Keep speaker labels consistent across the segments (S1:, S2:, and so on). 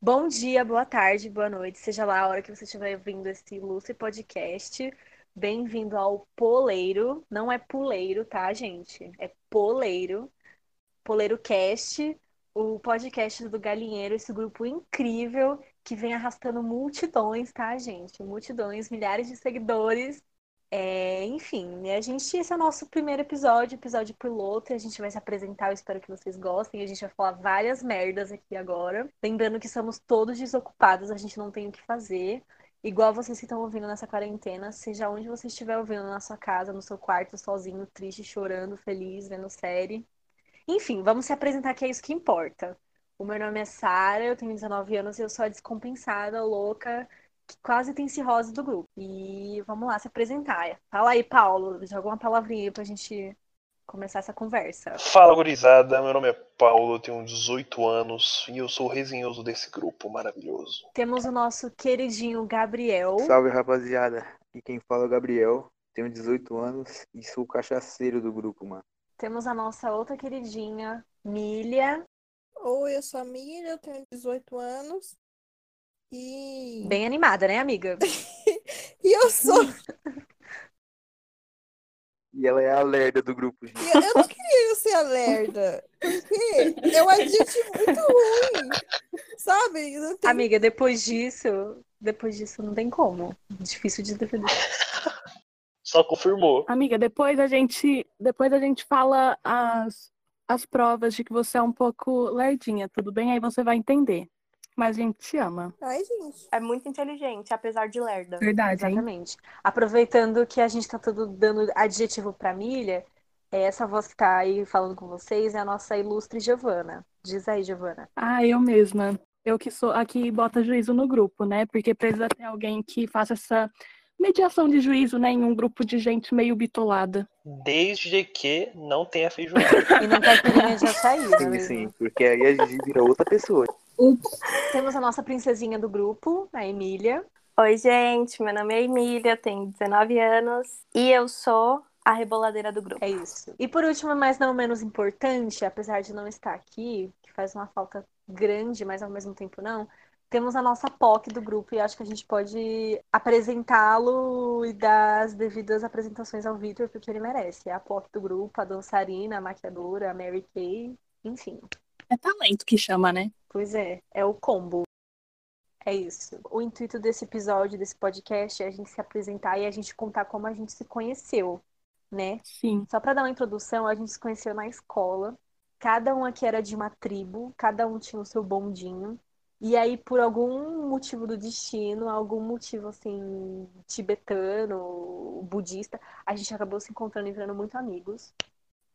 S1: Bom dia, boa tarde, boa noite, seja lá a hora que você estiver ouvindo esse Lúcio Podcast. Bem-vindo ao Poleiro. Não é Puleiro, tá, gente? É Poleiro. Poleiro Cast, o podcast do Galinheiro, esse grupo incrível que vem arrastando multidões, tá, gente? Multidões, milhares de seguidores. É, enfim, a gente, esse é o nosso primeiro episódio, episódio piloto, e a gente vai se apresentar, eu espero que vocês gostem, a gente vai falar várias merdas aqui agora. Lembrando que somos todos desocupados, a gente não tem o que fazer. Igual vocês que estão ouvindo nessa quarentena, seja onde você estiver ouvindo, na sua casa, no seu quarto, sozinho, triste, chorando, feliz, vendo série. Enfim, vamos se apresentar que é isso que importa. O meu nome é Sara, eu tenho 19 anos e eu sou a descompensada, louca, que quase tem cirrose do grupo. E vamos lá se apresentar. Fala aí, Paulo, joga uma palavrinha aí pra gente começar essa conversa.
S2: Fala, gurizada. Meu nome é Paulo, eu tenho 18 anos e eu sou o resenhoso desse grupo maravilhoso.
S1: Temos o nosso queridinho Gabriel.
S3: Salve rapaziada, aqui quem fala é o Gabriel, tenho 18 anos e sou o cachaceiro do grupo, mano.
S1: Temos a nossa outra queridinha, Milha.
S4: Oi, eu sou a Miriam, eu tenho 18 anos e,
S1: Bem animada, né, amiga?
S4: e eu sou.
S3: E ela é a lerda do grupo, gente.
S4: e eu, eu não queria ser a lerda, porque é um adjetivo muito ruim, sabe? Não tem-
S1: Amiga, depois disso, depois disso não tem como. Difícil de defender.
S2: Só confirmou.
S5: Amiga, depois a gente, depois a gente fala as, as provas de que você é um pouco lerdinha, tudo bem? Aí você vai entender. Mas a gente te ama.
S4: Ai, gente.
S6: É muito inteligente, apesar de lerda.
S5: Verdade,
S1: Exatamente. Aproveitando que a gente tá todo dando adjetivo pra milha, é, essa voz que tá aí falando com vocês é a nossa ilustre Giovana. Diz aí, Giovana.
S5: Ah, eu mesma. Eu que sou aqui bota juízo no grupo, né? Porque precisa ter alguém que faça essa mediação de juízo, né? Em um grupo de gente meio bitolada.
S2: Desde que não tenha feijoada.
S1: E não quer que ninguém já saiu, né?
S3: Sim,
S1: mesmo?
S3: sim, porque aí a gente vira outra pessoa.
S1: Temos a nossa princesinha do grupo, a Emília.
S6: Oi, gente, meu nome é Emília, tenho 19 anos e eu sou a reboladeira do grupo.
S1: É isso. E por último, mas não menos importante, apesar de não estar aqui, que faz uma falta grande, mas ao mesmo tempo não, temos a nossa POC do grupo e acho que a gente pode apresentá-lo e dar as devidas apresentações ao Victor, porque ele merece. É a POC do grupo, a dançarina, a maquiadora, a Mary Kay, enfim.
S5: É talento que chama, né?
S1: Pois é, é o combo. É isso. O intuito desse episódio, desse podcast, é a gente se apresentar e a gente contar como a gente se conheceu, né?
S5: Sim.
S1: Só para dar uma introdução, a gente se conheceu na escola. Cada um aqui era de uma tribo, cada um tinha o seu bondinho. E aí, por algum motivo do destino, algum motivo assim, tibetano, budista, a gente acabou se encontrando e virando muito amigos.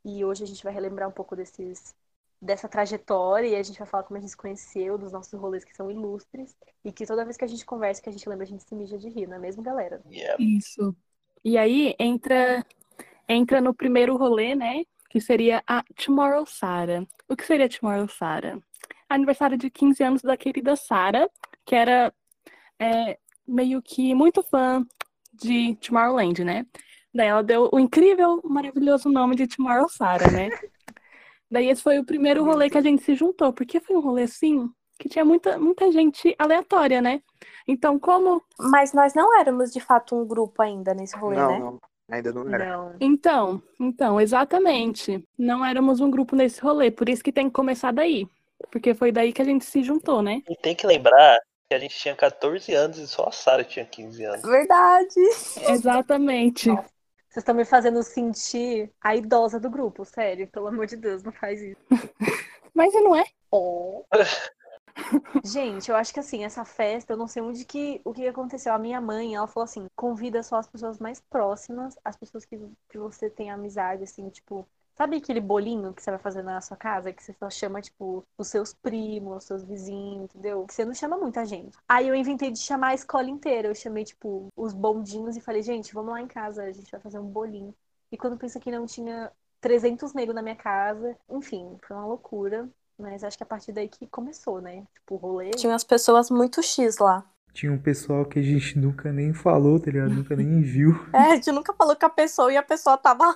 S1: E hoje a gente vai relembrar um pouco desses, dessa trajetória e a gente vai falar como a gente se conheceu, dos nossos rolês que são ilustres. E que toda vez que a gente conversa, que a gente lembra, a gente se mija de rir, não é mesmo, galera?
S2: Yeah.
S5: Isso. E aí entra entra no primeiro rolê, né? Que seria a Tomorrow Sara. O que seria Tomorrow Sara? Aniversário de 15 anos da querida Sara, que era é, meio que muito fã de Tomorrowland, né? Daí ela deu o incrível, maravilhoso nome de Tomorrow Sara, né? Daí esse foi o primeiro rolê que a gente se juntou, porque foi um rolê assim que tinha muita, muita gente aleatória, né? Então, como
S6: Mas nós não éramos de fato um grupo ainda nesse rolê,
S3: não, é.
S6: né?
S3: não, ainda não era.
S1: Não.
S5: Então, então, exatamente. Não éramos um grupo nesse rolê, por isso que tem que começar daí. Porque foi daí que a gente se juntou, né?
S2: E tem que lembrar que a gente tinha 14 anos e só a Sara tinha 15 anos.
S6: Verdade.
S5: Exatamente.
S1: Vocês estão me fazendo sentir a idosa do grupo, sério. Pelo amor de Deus, não faz isso.
S5: Mas não é?
S1: Ó. Gente, eu acho que assim, essa festa, eu não sei onde que o que aconteceu. A minha mãe, ela falou assim: convida só as pessoas mais próximas, as pessoas que, que você tem amizade, assim, tipo. Sabe aquele bolinho que você vai fazer na sua casa, que você só chama, tipo, os seus primos, os seus vizinhos, entendeu? Que você não chama muita gente. Aí eu inventei de chamar a escola inteira. Eu chamei, tipo, os bondinhos e falei, gente, vamos lá em casa, a gente vai fazer um bolinho. E quando pensa que não tinha 300 negros na minha casa, enfim, foi uma loucura. Mas acho que a partir daí que começou, né? Tipo, o rolê.
S6: Tinha um umas pessoas muito X lá.
S7: Tinha um pessoal que a gente nunca nem falou, tá ligado? Nunca nem viu.
S6: É, a gente nunca falou com a pessoa e a pessoa tava.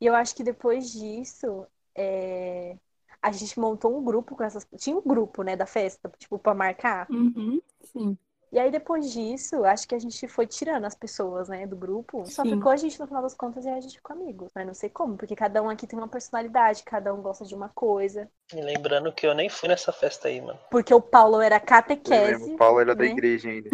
S1: E eu acho que depois disso, é, a gente montou um grupo com essas. Tinha um grupo, né, da festa, tipo, pra marcar.
S5: Uhum, sim.
S1: E aí, depois disso, acho que a gente foi tirando as pessoas, né, do grupo. Só
S5: Sim.
S1: ficou a gente, no final das contas, e a gente ficou amigos. Mas não sei como, porque cada um aqui tem uma personalidade, cada um gosta de uma coisa.
S2: E lembrando que eu nem fui nessa festa aí, mano.
S1: Porque o Paulo era
S3: Eu lembro,
S1: catequese.
S3: o Paulo era da
S1: né?
S3: igreja ainda.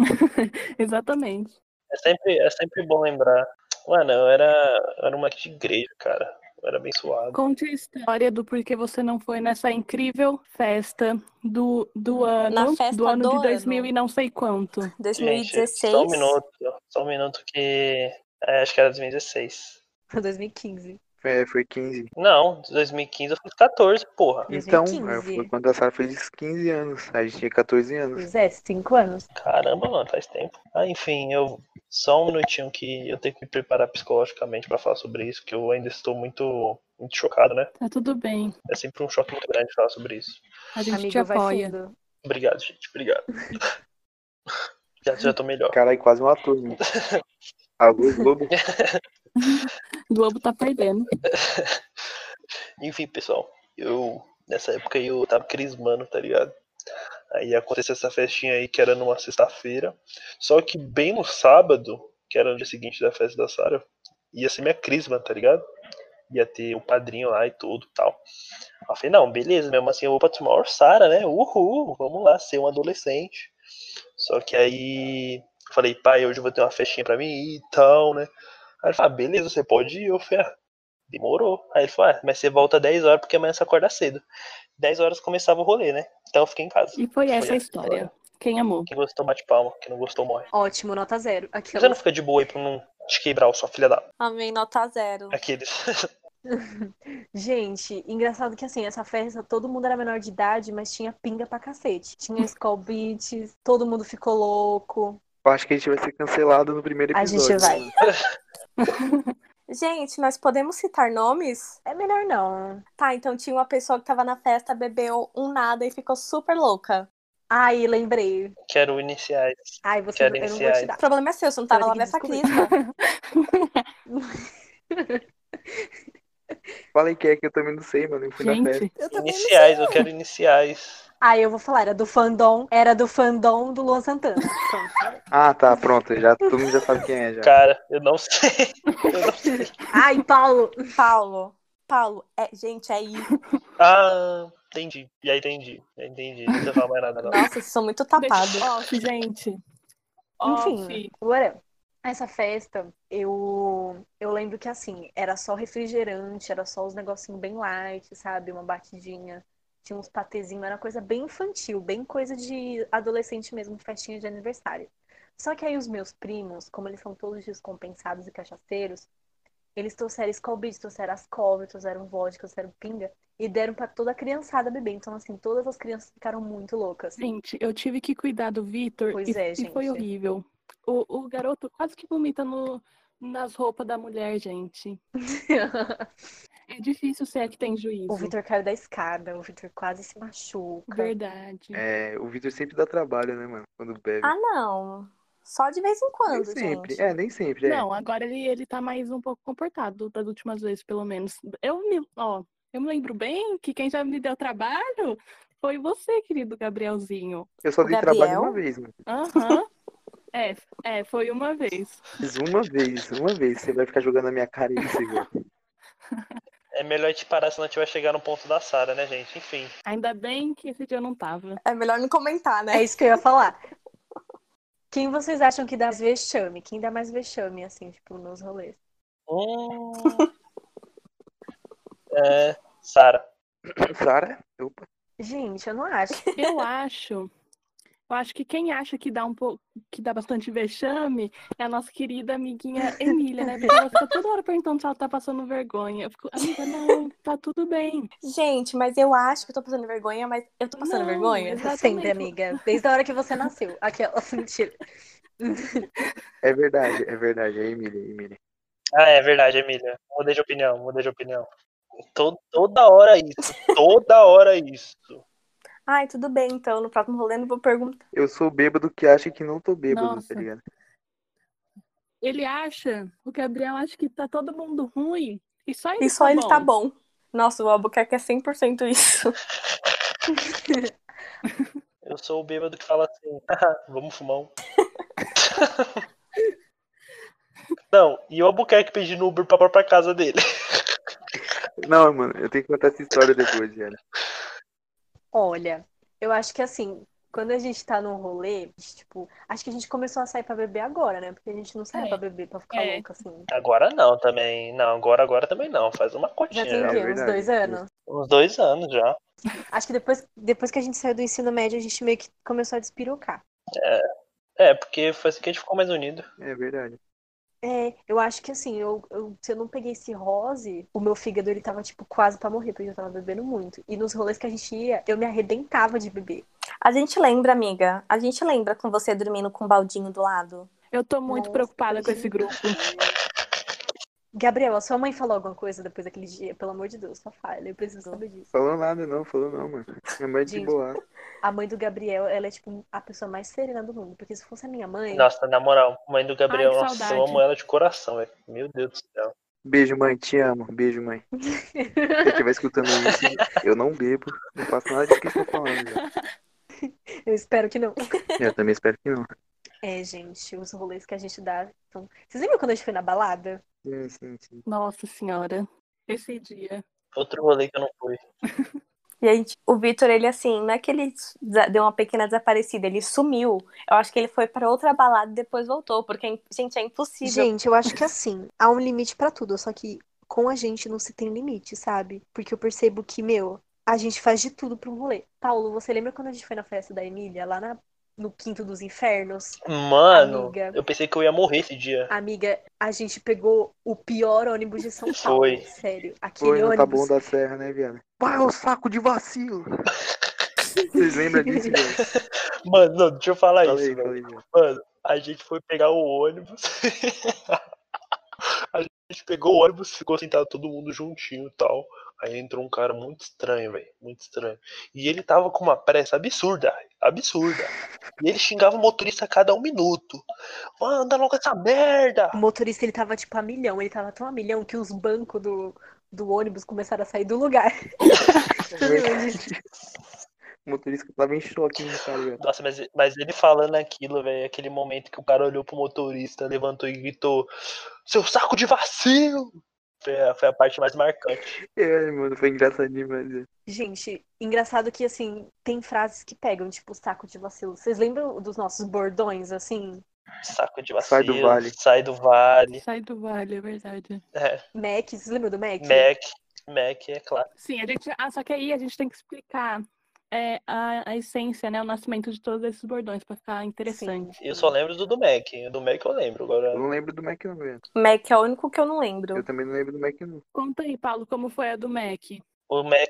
S5: Exatamente.
S2: É sempre, é sempre bom lembrar. Mano, eu era, eu era uma de igreja, cara. Eu era abençoado.
S5: Conte a história do porquê você não foi nessa incrível festa do, do ano,
S6: festa
S5: do ano
S6: do
S5: de
S6: ano.
S5: 2000 e não sei quanto.
S6: 2016.
S2: Gente, só um minuto. Só um minuto que. é, acho que era 2016.
S1: 2015.
S3: É, foi 15.
S2: Não, 2015 eu fiz 14, porra.
S3: Então,
S1: 2015.
S3: é, foi quando a Sara fez 15 anos. A gente tinha 14 anos.
S1: Zé, cinco anos.
S2: Caramba, mano, faz tempo. Ah, enfim, eu só um minutinho que eu tenho que me preparar psicologicamente pra falar sobre isso, que eu ainda estou muito, muito chocado, né?
S5: Tá tudo bem.
S2: É sempre um choque muito grande falar sobre isso.
S5: A gente te
S1: Amigo, vai
S5: apoia.
S1: fundo.
S2: Obrigado, gente. Obrigado. já, já tô melhor.
S3: Caralho, quase um ator. Né? A Luz Globo.
S5: Globo tá perdendo.
S2: Enfim, pessoal, eu nessa época aí eu tava crismando, tá ligado? Aí aconteceu essa festinha aí que era numa sexta-feira. Só que bem no sábado, que era no dia seguinte da festa da Sara, ia ser minha crisma, tá ligado? Ia ter o padrinho lá e tudo e tal. Aí eu falei, não, beleza, mesmo assim eu vou pra tomar Sara, né? Uhul, vamos lá, ser um adolescente. Só que aí eu falei, pai, hoje eu vou ter uma festinha pra mim e tal, né? Aí ele falou, ah, beleza, você pode ir. Eu falei, ah, Demorou. Aí ele falou, ah, mas você volta 10 horas porque amanhã você acorda cedo. 10 horas começava o rolê, né? Então eu fiquei em casa.
S5: E foi essa a história. Quem amou?
S2: Quem gostou bate palma, quem não gostou morre.
S1: Ótimo, nota zero. Aqui,
S2: Você não fica de boa aí pra não te quebrar o sua filha da...
S6: Amém, nota zero.
S2: Aqueles.
S1: Gente, engraçado que assim, essa festa todo mundo era menor de idade, mas tinha pinga pra cacete. Tinha Skull Beats, todo mundo ficou louco.
S3: Eu acho que a gente vai ser cancelado no primeiro
S1: A
S3: episódio.
S1: gente vai.
S6: Gente, nós podemos citar nomes?
S1: É melhor não.
S6: Tá, então tinha uma pessoa que tava na festa, bebeu um nada e ficou super louca.
S1: Ai, lembrei.
S2: Quero iniciais.
S1: Ai, você
S2: Quero
S1: eu não vou
S2: iniciais.
S1: te dar.
S6: O problema é seu, você
S1: Você
S6: não tava
S1: vai
S6: lá
S1: ter
S6: nessa
S1: que
S6: crisma.
S3: Fala aí quem é que eu também não sei, mano. Eu fui na festa.
S5: Gente,
S4: Eu também não sei.
S2: Iniciais, eu quero iniciais.
S1: Ai, eu vou falar, era do fandom, era do fandom do Luan Santana.
S3: Ah, tá, pronto. Já, todo mundo já sabe quem é já.
S2: Cara, eu não sei. Eu não sei.
S1: Ai, Paulo.
S6: Paulo. Paulo, é, gente, é isso.
S2: Ah, entendi. Já entendi. Já entendi. Não precisa falar mais nada, não.
S6: Nossa, vocês são muito tapados.
S5: off, gente.
S1: Enfim, whatever. Essa festa, eu, eu lembro que assim, era só refrigerante, era só os negocinhos bem light, sabe? Uma batidinha, tinha uns patezinhos, era coisa bem infantil, bem coisa de adolescente mesmo, festinha de aniversário. Só que aí os meus primos, como eles são todos descompensados e cachaceiros, eles trouxeram Skol Beats, trouxeram Ascov, trouxeram vodka, trouxeram pinga e deram pra toda a criançada beber. Então, assim, todas as crianças ficaram muito loucas.
S5: Gente, eu tive que cuidar do Vitor
S1: Pois
S5: e,
S1: é,
S5: e foi
S1: gente.
S5: horrível. O, o garoto quase que vomita no, nas roupas da mulher, gente. É difícil ser a que tem juízo.
S1: O Vitor caiu da escada, o Vitor quase se machuca.
S5: Verdade.
S3: É, o Vitor sempre dá trabalho, né, mano? Quando bebe.
S6: Ah, não. Só de vez em
S3: nem
S6: quando,
S3: sempre.
S6: gente.
S3: É, nem sempre. É.
S5: Não, agora ele, ele tá mais um pouco comportado das últimas vezes, pelo menos. Eu me, ó, eu me lembro bem que quem já me deu trabalho foi você, querido Gabrielzinho.
S3: Eu só
S6: O
S3: dei
S6: Gabriel?
S3: trabalho uma vez, mano.
S5: Aham. é, é, foi uma vez.
S3: Fiz uma vez, uma vez. Você vai ficar jogando na minha cara isso, velho.
S2: É melhor te parar, senão a gente vai chegar no ponto da Sara, né, gente? Enfim.
S5: Ainda bem que esse dia eu não tava.
S6: É melhor não comentar, né?
S1: É isso que eu ia falar. Quem vocês acham que dá mais vexame? Quem dá mais vexame, assim, tipo, nos rolês?
S2: Hum. É, Sara.
S3: Sara? Opa.
S1: Gente, eu não acho.
S5: Eu acho. Eu acho que quem acha que dá um pouco, que dá bastante vexame é a nossa querida amiguinha Emília, né? Porque ela fica toda hora perguntando se ela tá passando vergonha. Eu fico, amiga, não, tá tudo bem.
S6: Gente, mas eu acho que eu tô passando vergonha, mas eu tô passando
S5: Não,
S6: vergonha?
S5: exatamente.
S1: Sempre, amiga. Desde a hora que você nasceu. Aquela, mentira.
S3: É verdade, é verdade. É Emília, é Emília.
S2: Ah, é verdade, Emília. Mudei de opinião, mudei de opinião. To- toda hora é isso, toda hora é isso.
S6: Ai, tudo bem, então. No próximo rolê eu não vou perguntar.
S3: Eu sou bêbado que acha que não tô bêbado,
S5: Nossa.
S3: tá ligado?
S5: Ele acha, o Gabriel acha que tá todo mundo ruim e só ele
S6: E só
S5: tá
S1: Então
S6: ele
S5: bom.
S6: tá bom. Nossa, o Albuquerque é 100% isso.
S2: Eu sou o bêbado que fala assim, vamos fumar um. Não, e o Albuquerque pedindo Uber pra própria casa dele.
S3: Não, mano, eu tenho que contar essa história depois, velho.
S1: Olha, eu acho que assim, quando a gente tá num rolê, tipo, acho que a gente começou a sair pra beber agora, né? Porque a gente não sai
S5: É.
S1: pra beber, pra ficar
S5: É.
S1: louco, assim.
S2: Agora não, também. Não, agora, agora também não. Faz uma
S1: Já
S2: cotinha.
S1: tem o
S2: já.
S1: quê? Uns
S3: verdade.
S1: dois anos?
S2: Uns dois anos já.
S1: Acho que depois, depois que a gente saiu do ensino médio, a gente meio que começou a despirocar.
S2: É, porque foi assim que a gente ficou mais unido.
S3: É verdade.
S1: É, eu acho que assim, eu, eu- se eu não peguei esse rose, o meu fígado ele tava tipo quase pra morrer, porque eu tava bebendo muito. E nos rolês que a gente ia, eu me arrebentava de beber.
S6: A gente lembra, amiga. A gente lembra com você dormindo com o baldinho do lado.
S5: Eu tô muito
S1: Nossa,
S5: preocupada com
S1: gente.
S5: esse grupo.
S1: Gabriela, sua mãe falou alguma coisa depois daquele dia? Pelo amor de Deus, só fala, eu preciso saber disso.
S3: Falou nada, não, falou não, mano. Minha mãe é de
S1: Gente.
S3: boa.
S1: A mãe do Gabriel, ela é tipo a pessoa mais serena do mundo, porque se fosse a minha mãe,
S2: Nossa, na moral, mãe do Gabriel,
S5: Ai, que
S2: nossa, eu
S5: saudade.
S2: amo ela de coração, velho. Meu Deus do céu.
S3: Beijo, mãe, te amo. Beijo, mãe. Se você estiver escutando isso, eu não bebo. Não faço nada disso que estou falando. velho.
S1: eu espero que não.
S3: Eu também espero que não.
S1: É, gente, os rolês que a gente dá são. Vocês lembram quando a gente foi na balada?
S3: Sim, sim, sim.
S5: Nossa senhora. Esse dia.
S2: Outro rolê que eu não fui.
S6: E a gente, o Vitor, ele assim, não é que ele desa- deu uma pequena desaparecida, ele sumiu. Eu acho que ele foi pra outra balada e depois voltou, porque, é im- gente, é impossível.
S1: Gente, eu acho que assim, há um limite pra tudo, só que com a gente não se tem limite, sabe? Porque eu percebo que, meu, a gente faz de tudo pra um rolê. Paulo, você lembra quando a gente foi na festa da Emília, lá na- no Quinto dos Infernos?
S2: Mano,
S1: Amiga.
S2: eu pensei que eu ia morrer esse dia.
S1: Amiga, a gente pegou o pior ônibus de São Paulo.
S2: Foi.
S1: Sério, aquele
S3: Foi no
S1: ônibus.
S3: Taboão da Serra, né, viado? Vai, o saco de vacilo! Vocês lembram disso, viado?
S2: Mano, não, deixa eu falar
S3: Falei,
S2: isso, velho.
S3: falei, viado.
S2: Mano, a gente foi pegar o ônibus. a gente pegou o ônibus, ficou sentado todo mundo juntinho e tal. Aí entrou um cara muito estranho, velho. Muito estranho. E ele tava com uma pressa absurda. Absurda. E ele xingava o motorista a cada um minuto. Manda logo essa merda!
S1: O motorista, ele tava tipo a milhão, ele tava tão a milhão que os bancos do, do ônibus começaram a sair do lugar.
S3: O motorista tava em choque, hein, cara, viado.
S2: Nossa, mas, mas ele falando aquilo, velho, aquele momento que o cara olhou pro motorista, levantou e gritou: Seu saco de vacilo! Foi a, foi a parte mais marcante.
S3: É, mano, foi engraçadinho, mas...
S1: Gente, engraçado que assim, tem frases que pegam, tipo, saco de vacilo. Vocês lembram dos nossos bordões, assim?
S2: Saco de vacilo.
S3: Sai do vale.
S2: Sai do vale.
S5: Sai do vale, é verdade.
S2: É,
S1: Mac, vocês lembram do Mac?
S2: Mac. Mac é claro.
S5: Sim, a gente. Ah, só que aí a gente tem que explicar é, a, a essência, né? O nascimento de todos esses bordões pra ficar interessante.
S2: Eu só lembro do do Mac. O do Mac eu lembro.
S3: Eu
S2: Agora,
S3: não lembro do Mac, não, viado.
S6: Mac é o único que eu não lembro.
S3: Eu também não lembro do Mac, não.
S5: Conta aí, Paulo, como foi a do Mac?
S2: o Mac.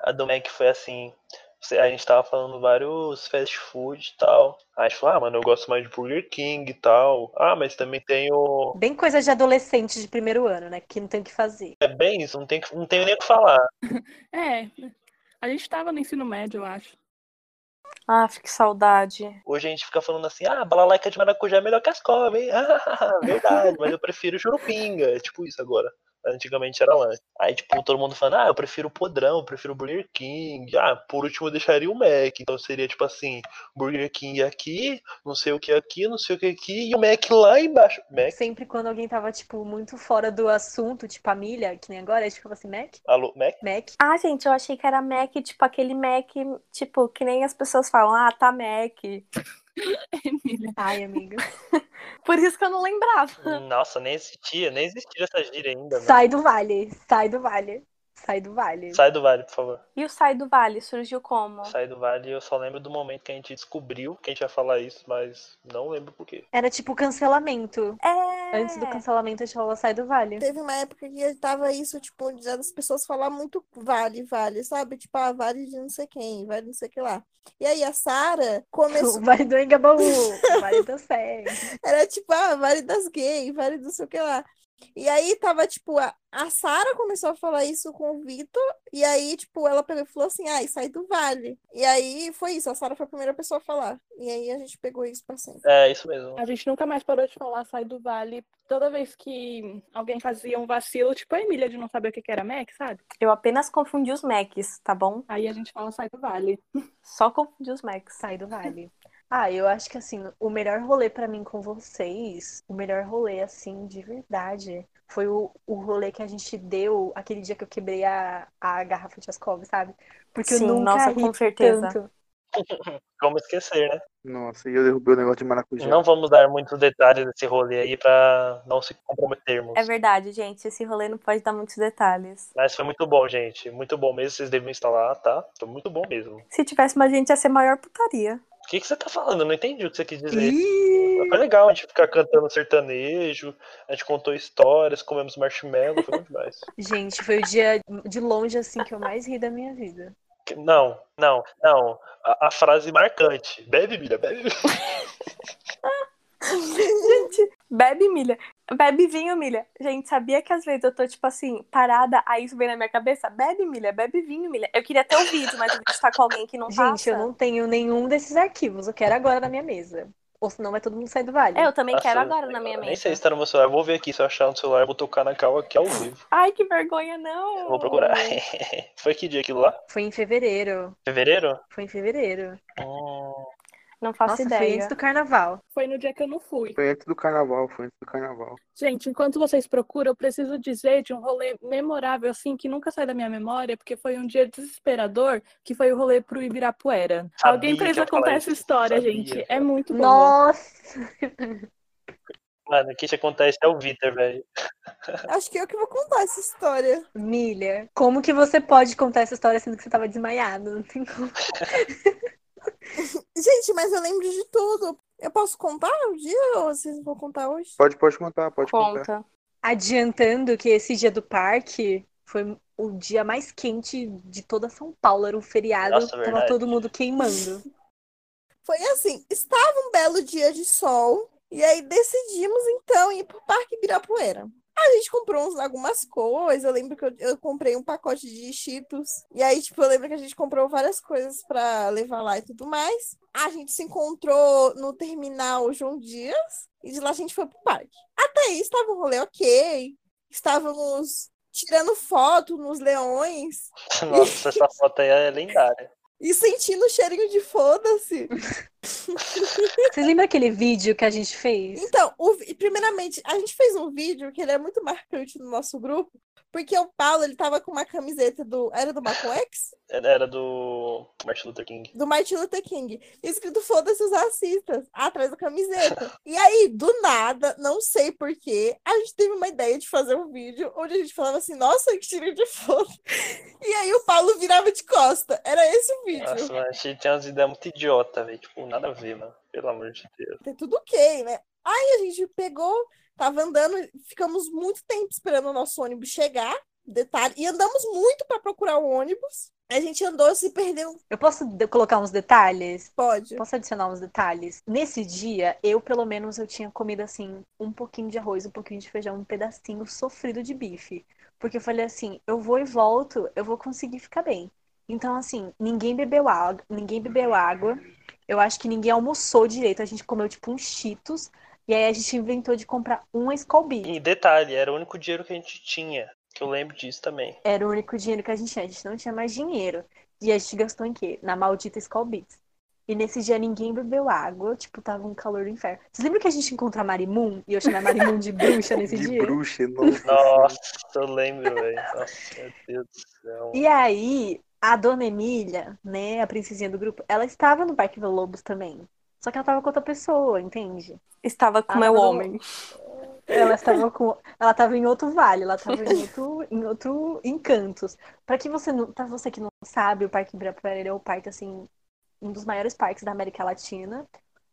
S2: A do Mac foi assim. você- A gente tava falando vários fast food e tal. Aí a gente falou, ah, mano, eu gosto mais de Burger King e tal. Ah, mas também tem o.
S1: Bem coisa de adolescente de primeiro ano, né? Que não tem o que fazer.
S2: É bem isso, não, tem, que- não tenho nem o que falar.
S5: É, a gente tava no ensino médio, eu acho.
S6: Ah, que saudade.
S2: Hoje a gente fica falando assim, ah, balalaica de maracujá é melhor que as cobras, hein? Ah, verdade, mas eu prefiro churupinga. É tipo isso agora. Antigamente era lanche. Aí, tipo, todo mundo falando, ah, eu prefiro podrão, eu prefiro Burger King. Ah, por último eu deixaria o Mac. Então seria tipo assim, Burger King aqui, não sei o que aqui, não sei o que aqui, e o Mac lá embaixo. Mac,
S1: Sempre quando alguém tava, tipo, muito fora do assunto, tipo a milha, que nem agora, a gente ficava assim, Mac?
S2: alô, Mac?
S1: Mac?
S6: Ah, gente, eu achei que era Mac, tipo aquele Mac, tipo, que nem as pessoas falam, ah, tá Mac.
S5: Emília.
S1: Ai, amiga.
S6: Por isso que eu não lembrava.
S2: Nossa, nem existia, nem existia essa gíria ainda, mano.
S1: Sai do vale, sai do vale, sai do vale.
S2: Sai do vale, por favor.
S6: E o Sai do Vale surgiu como?
S2: Sai do Vale, eu só lembro do momento que a gente descobriu que a gente ia falar isso, mas não lembro por quê.
S1: Era tipo cancelamento.
S6: É.
S1: Antes do cancelamento, a gente falava sai do vale.
S4: Teve uma época que tava isso, tipo, de as pessoas falar muito vale, vale, sabe? Tipo, ah, vale de não sei quem, vale de não sei o que lá. E aí a Sara começou,
S1: Vale do Engabaú, vale do Sé.
S4: era tipo, ah, vale das gays, vale do não sei o que lá. E aí tava, tipo, a, a Sara começou a falar isso com o Vitor, e aí, tipo, ela pegou e falou assim, ai, sai do vale. E aí foi isso, a Sara foi a primeira pessoa a falar. E aí a gente pegou isso pra sempre.
S2: É, isso mesmo.
S5: A gente nunca mais parou de falar sai do vale. Toda vez que alguém fazia um vacilo, tipo a Emília de não saber o que que era Mac, sabe?
S6: Eu apenas confundi os Macs, tá bom?
S5: Aí a gente fala sai do vale.
S6: Só confundi os Macs.
S1: Sai do vale. Ah, eu acho que assim, o melhor rolê pra mim com vocês, o melhor rolê, assim, de verdade, foi o, o rolê que a gente deu aquele dia que eu quebrei a, a garrafa de Ascov, sabe? Porque
S6: Sim,
S1: eu nunca
S6: nossa,
S1: ri
S6: com certeza.
S1: tanto.
S2: Como esquecer, né?
S3: Nossa, e eu derrubei o negócio de maracujá.
S2: Não vamos dar muitos detalhes desse rolê aí pra não se comprometermos.
S6: É verdade, gente. Esse rolê não pode dar muitos detalhes.
S2: Mas foi muito bom, gente. Muito bom mesmo. Vocês devem instalar, tá? Foi muito bom mesmo.
S6: Se tivesse mais gente, ia ser maior putaria.
S2: O que, que você tá falando? Eu não entendi o que você quis dizer.
S3: Ih,
S2: Foi legal a gente ficar cantando sertanejo, a gente contou histórias, comemos marshmallow, foi muito demais.
S1: Gente, foi o dia de longe, assim, que eu mais ri da minha vida.
S2: Que- Não, não, não. A, a frase marcante. Bebe, Mira, bebe.
S6: Bebe, milha. Bebe vinho, milha. Gente, sabia que às vezes eu tô, tipo assim, parada, aí isso vem na minha cabeça? Bebe, milha, bebe vinho, milha. Eu queria ter o vídeo, mas o vídeo tá com alguém que não
S1: Gente,
S6: passa.
S1: eu não tenho nenhum desses arquivos. Eu quero agora na minha mesa. Ou senão vai todo mundo sair do vale.
S6: É, eu também
S2: Nossa,
S6: quero agora na minha
S2: Nem
S6: mente.
S2: sei se tá no meu celular. Vou ver aqui se eu achar no celular, eu vou tocar na cal aqui ao vivo.
S6: Ai, que vergonha, não.
S2: Eu vou procurar. Foi que dia aquilo lá?
S1: Foi em fevereiro.
S2: Fevereiro?
S1: Foi em fevereiro.
S2: Hum,
S6: Não faço
S1: Nossa, foi
S6: ideia.
S1: antes do carnaval.
S5: Foi no dia que eu não fui.
S3: foi antes do carnaval, foi antes do carnaval.
S5: Gente, enquanto vocês procuram, eu preciso dizer de um rolê memorável, assim, que nunca sai da minha memória, porque foi um dia desesperador, que foi o rolê pro Ibirapuera.
S2: Sabia
S5: Alguém
S2: que ia
S5: precisa
S2: falar
S5: contar
S2: isso.
S5: essa história,
S2: Sabia.
S5: gente. É muito bom.
S1: Nossa!
S2: mano, o que isso acontece é o Vitor, velho.
S4: Acho que eu que vou contar essa história.
S1: Milha, como que você pode contar essa história sendo que você tava desmaiado? Não tem como.
S4: Gente, mas eu lembro de tudo. Eu posso contar um dia ou vocês vão contar hoje?
S3: Pode, pode contar, pode contar.
S6: Conta.
S1: Adiantando que esse dia do parque foi o dia mais quente de toda São Paulo. Era um feriado,
S2: Nossa,
S1: tava
S2: verdade.
S1: todo mundo queimando.
S4: Foi assim, estava um belo dia de sol, e aí decidimos então ir pro Parque Ibirapuera. A gente comprou uns- algumas coisas, eu lembro que eu, eu comprei um pacote de Cheetos, e aí, tipo, eu lembro que a gente comprou várias coisas pra levar lá e tudo mais. A gente se encontrou no terminal João Dias, e de lá a gente foi pro parque. Até aí estava um rolê ok, estávamos tirando foto nos leões,
S2: Nossa, essa foto aí é lendária.
S4: e sentindo o cheirinho de foda-se.
S1: Vocês lembram aquele vídeo que a gente fez?
S4: Então, o vi- primeiramente, a gente fez um vídeo que ele é muito marcante no nosso grupo, porque o Paulo, ele tava com uma camiseta do, era do Malcolm X?
S2: É, Era do Martin Luther King.
S4: Do Martin Luther King, escrito foda-se os racistas, atrás da camiseta. E aí, do nada, não sei porquê, a gente teve uma ideia de fazer um vídeo onde a gente falava assim, nossa, que tiro de foda. E aí o Paulo virava de costa, era esse o vídeo.
S2: Nossa, mano, a gente tem umas ideias muito idiota, velho. Tipo, nada a ver, mano. Pelo amor de Deus.
S4: tá tudo ok, né? Aí a gente pegou, tava andando, ficamos muito tempo esperando o nosso ônibus chegar, detalhe, e andamos muito para procurar o ônibus. A gente andou, se perdeu,
S1: Eu posso de- colocar uns detalhes?
S4: pode.
S1: Posso adicionar uns detalhes? Nesse dia, eu pelo menos eu tinha comido assim um pouquinho de arroz, um pouquinho de feijão, um pedacinho sofrido de bife, porque eu falei assim, eu vou e volto, eu vou conseguir ficar bem. Então assim, ninguém bebeu água, ninguém bebeu água. Eu acho que ninguém almoçou direito, a gente comeu tipo uns Cheetos e aí a gente inventou de comprar um Skol Beats.
S2: E detalhe, era o único dinheiro que a gente tinha. Que eu lembro disso também.
S1: Era o único dinheiro que a gente tinha. A gente não tinha mais dinheiro. E a gente gastou em quê? Na maldita Skol Beats. E nesse dia ninguém bebeu água. Tipo, tava um calor do inferno. Vocês lembram que a gente encontrou a Marimun? E eu chamei a Marimun de bruxa nesse
S3: De
S1: dia?
S3: bruxa, nossa.
S2: Nossa, eu lembro, velho. Nossa, meu Deus do céu.
S1: E aí, a dona Emília, né? A princesinha do grupo. Ela estava no Parque Lobos também. Só que ela tava com outra pessoa, entende?
S6: Estava com
S1: Ah,
S6: meu
S1: não.
S6: homem.
S1: Ela estava com, ela estava em outro vale, ela estava em outro, em outro encantos. Para que você não, para você que não sabe, o Parque Ibirapuera ele é o parque assim, um dos maiores parques da América Latina.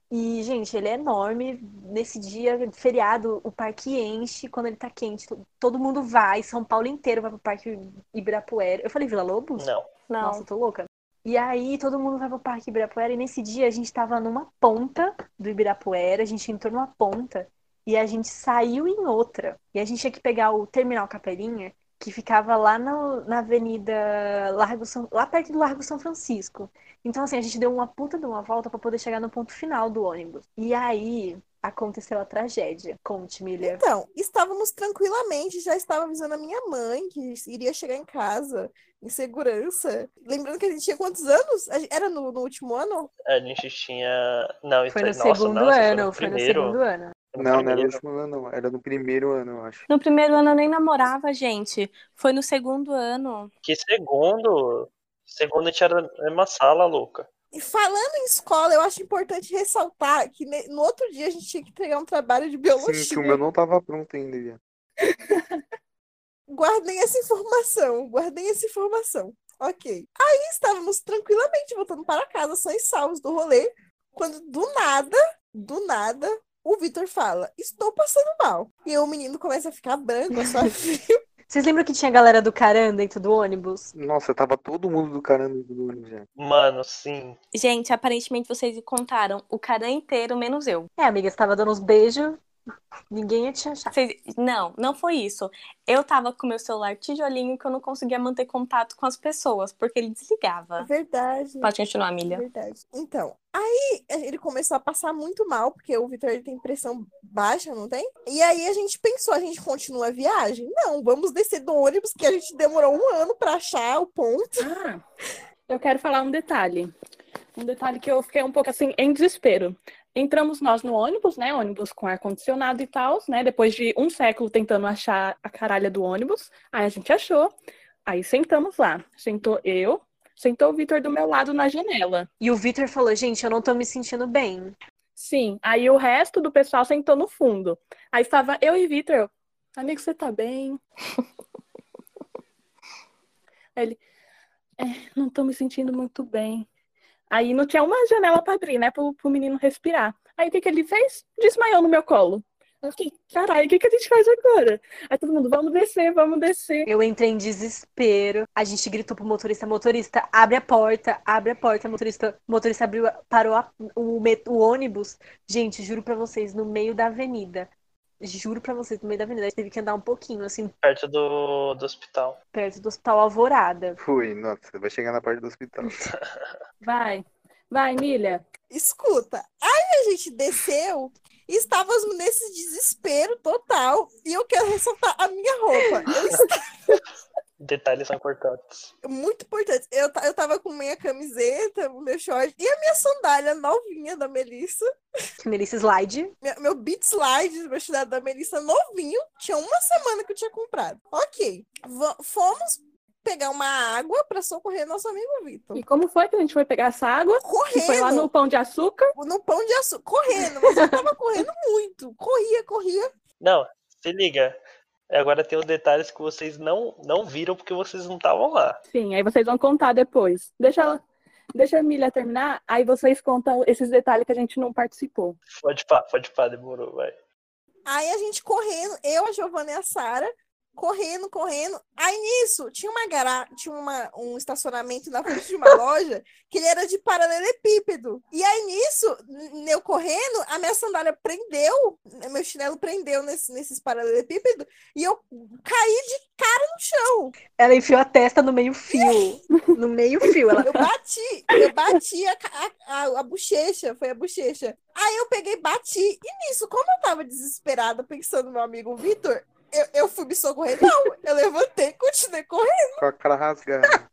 S1: E gente, ele é enorme. Nesse dia feriado, o parque enche quando ele tá quente. to- Todo mundo vai, São Paulo inteiro vai pro Parque Ibirapuera. Eu falei Vila Lobos?
S2: Não.
S6: Não.
S1: Nossa, eu tô louca. E aí todo mundo vai pro Parque Ibirapuera e nesse dia a gente tava numa ponta do Ibirapuera, a gente entrou numa ponta E a gente saiu em outra. E a gente tinha que pegar o Terminal Capelinha, que ficava lá no- na Avenida Largo São, lá perto do Largo São Francisco. Então, assim, a gente deu uma puta de uma volta pra poder chegar no ponto final do ônibus. E aí aconteceu a tragédia. Conte, Milha.
S4: Então, estávamos tranquilamente, já estava avisando a minha mãe que iria chegar em casa em segurança. Lembrando que a gente tinha quantos anos? A gen- Era no, no último ano?
S2: A gente tinha. Não,
S1: Foi
S2: então-
S1: no
S2: nossa,
S1: segundo
S2: não, isso
S1: ano,
S2: foi no
S1: foi no
S2: primeiro.
S1: segundo ano.
S2: foi no
S3: Não, não era no
S2: primeiro.
S3: último ano, não. Era no primeiro ano, eu acho.
S6: No primeiro ano eu nem namorava, gente. Foi no segundo ano.
S2: Que segundo? Segundo a gente era na mesma sala, louca.
S4: E falando em escola, eu acho importante ressaltar que ne- no outro dia a gente tinha que entregar um trabalho de
S3: Sim, que o
S4: biologia.
S3: meu não tava pronto ainda, Lia.
S4: Guardem essa informação, guardem essa informação. Ok. Aí estávamos tranquilamente voltando para casa, sãos e salvos do rolê, quando do nada, do nada, o Vitor fala: Estou passando mal. E aí o menino começa a ficar branco, a sua
S1: Vocês lembram que tinha a galera do Caran dentro do ônibus?
S3: Nossa, tava todo mundo do caramba do ônibus já.
S2: Mano, sim.
S6: Gente, aparentemente vocês me contaram o cara inteiro, menos eu.
S1: É, amiga, você tava dando uns beijos, ninguém ia te achar.
S6: Vocês- Não, não foi isso. Eu tava com meu celular tijolinho que eu não conseguia manter contato com as pessoas, porque ele desligava.
S4: É Verdade.
S6: Pode continuar, Milha.
S4: Verdade. Então, aí eh, ele começou a passar muito mal, porque o Vitor ele tem pressão baixa, não tem? E aí a gente pensou, a gente continua a viagem? Não, vamos descer do ônibus, que a gente demorou um ano pra achar o ponto.
S5: Ah, eu quero falar um detalhe. Um detalhe que eu fiquei um pouco assim em desespero. Entramos nós no ônibus, né? Ônibus com ar-condicionado e tal, né? Depois de um século tentando achar a caralha do ônibus, aí a gente achou. Aí sentamos lá. Sentou eu, sentou o Vitor do meu lado na janela.
S1: E o Vitor falou, gente, eu não tô me sentindo bem.
S5: Sim, aí o resto do pessoal sentou no fundo. Aí estava eu e Vitor. eu, Amigo, você tá bem? Aí Ele, é, não tô me sentindo muito bem. Aí não tinha uma janela pra abrir, né, pro, pro menino respirar. Aí o que que ele fez? Desmaiou no meu colo. Eu fiquei, caralho, o que que a gente faz agora? Aí todo mundo, vamos descer, vamos descer.
S1: Eu entrei em desespero. A gente gritou pro motorista, motorista, abre a porta, abre a porta, motorista, motorista abriu, a- parou a- o, met- o ônibus. Gente, juro pra vocês, no meio da avenida. Juro pra vocês, no meio da avenida. A gente teve que andar um pouquinho, assim,
S2: Perto do, do hospital.
S1: perto do Hospital Alvorada.
S3: Fui, nossa, vai chegar na parte do hospital.
S5: Vai, vai, Milha.
S4: Escuta, aí a gente desceu e estávamos nesse desespero total. E eu quero ressaltar a minha roupa. Eu
S2: Detalhes são importantes.
S4: muito importante. Eu, ta- eu tava com minha camiseta, o meu short e a minha sandália novinha da Melissa.
S1: Melissa Slide.
S4: Minha- Meu beat slide, meu chinelo da Melissa novinho. Tinha uma semana que eu tinha comprado. Ok. va- Fomos pegar uma água pra socorrer nosso amigo Vitor.
S5: E como foi que a gente foi pegar essa água? Que
S4: Correndo
S5: foi lá no Pão de Açúcar?
S4: no pão de açúcar. Correndo, mas eu tava correndo muito. Corria, corria.
S2: Não, se liga. Agora tem os detalhes que vocês não, não viram porque vocês não estavam lá.
S5: Sim, aí vocês vão contar depois. Deixa, ela- deixa a Milha terminar, aí vocês contam esses detalhes que a gente não participou.
S2: Pode pá, pode pá, demorou, vai.
S4: Aí a gente correndo, eu, a Giovana e a Sara, correndo, correndo. Aí nisso, tinha uma gara... tinha uma, um estacionamento na frente de uma loja que ele era de paralelepípedo. E aí nisso, n- eu correndo, a minha sandália prendeu, meu chinelo prendeu nesse, nesses paralelepípedos e eu caí de cara no chão.
S1: Ela enfiou a testa no meio fio. No meio fio. Ela
S4: Eu bati, eu bati a, ca- a, a, a bochecha, foi a bochecha. Aí eu peguei, bati, e nisso, como eu tava desesperada pensando no meu amigo Vitor, eu, eu fui me socorrer. Não, eu levantei e continuei correndo.
S3: Com a cara rasgada.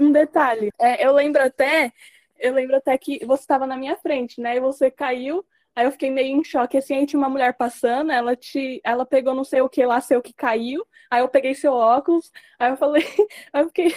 S5: Um detalhe, é, eu lembro até, eu lembro até que você estava na minha frente, né? E você caiu, aí eu fiquei meio em choque, assim, aí tinha uma mulher passando, ela te, ela pegou não sei o que lá, seu que caiu, aí eu peguei seu óculos, aí eu falei, aí eu fiquei,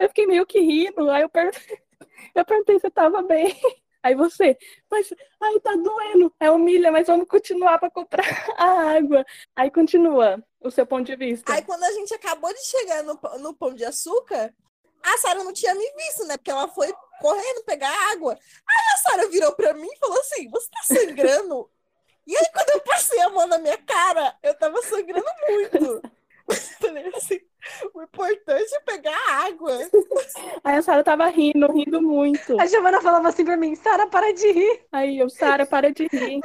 S5: eu fiquei meio que rindo, aí eu perguntei, eu perguntei se eu tava bem. Aí você, mas ai, tá doendo. É humilha, mas vamos continuar para comprar a água. Aí continua o seu ponto de vista.
S4: Aí quando a gente acabou de chegar no, pão- no Pão de Açúcar, a Sara não tinha me visto, né? Porque ela foi correndo pegar água. Aí a Sara virou pra mim e falou assim: Você tá sangrando? E aí, quando eu passei a mão na minha cara, eu tava sangrando muito. Falei assim, o importante é pegar água.
S5: Aí a Sara tava rindo, rindo muito.
S1: A Giovana falava assim pra mim, Sara, para de rir.
S5: Aí eu, Sara, para de rir.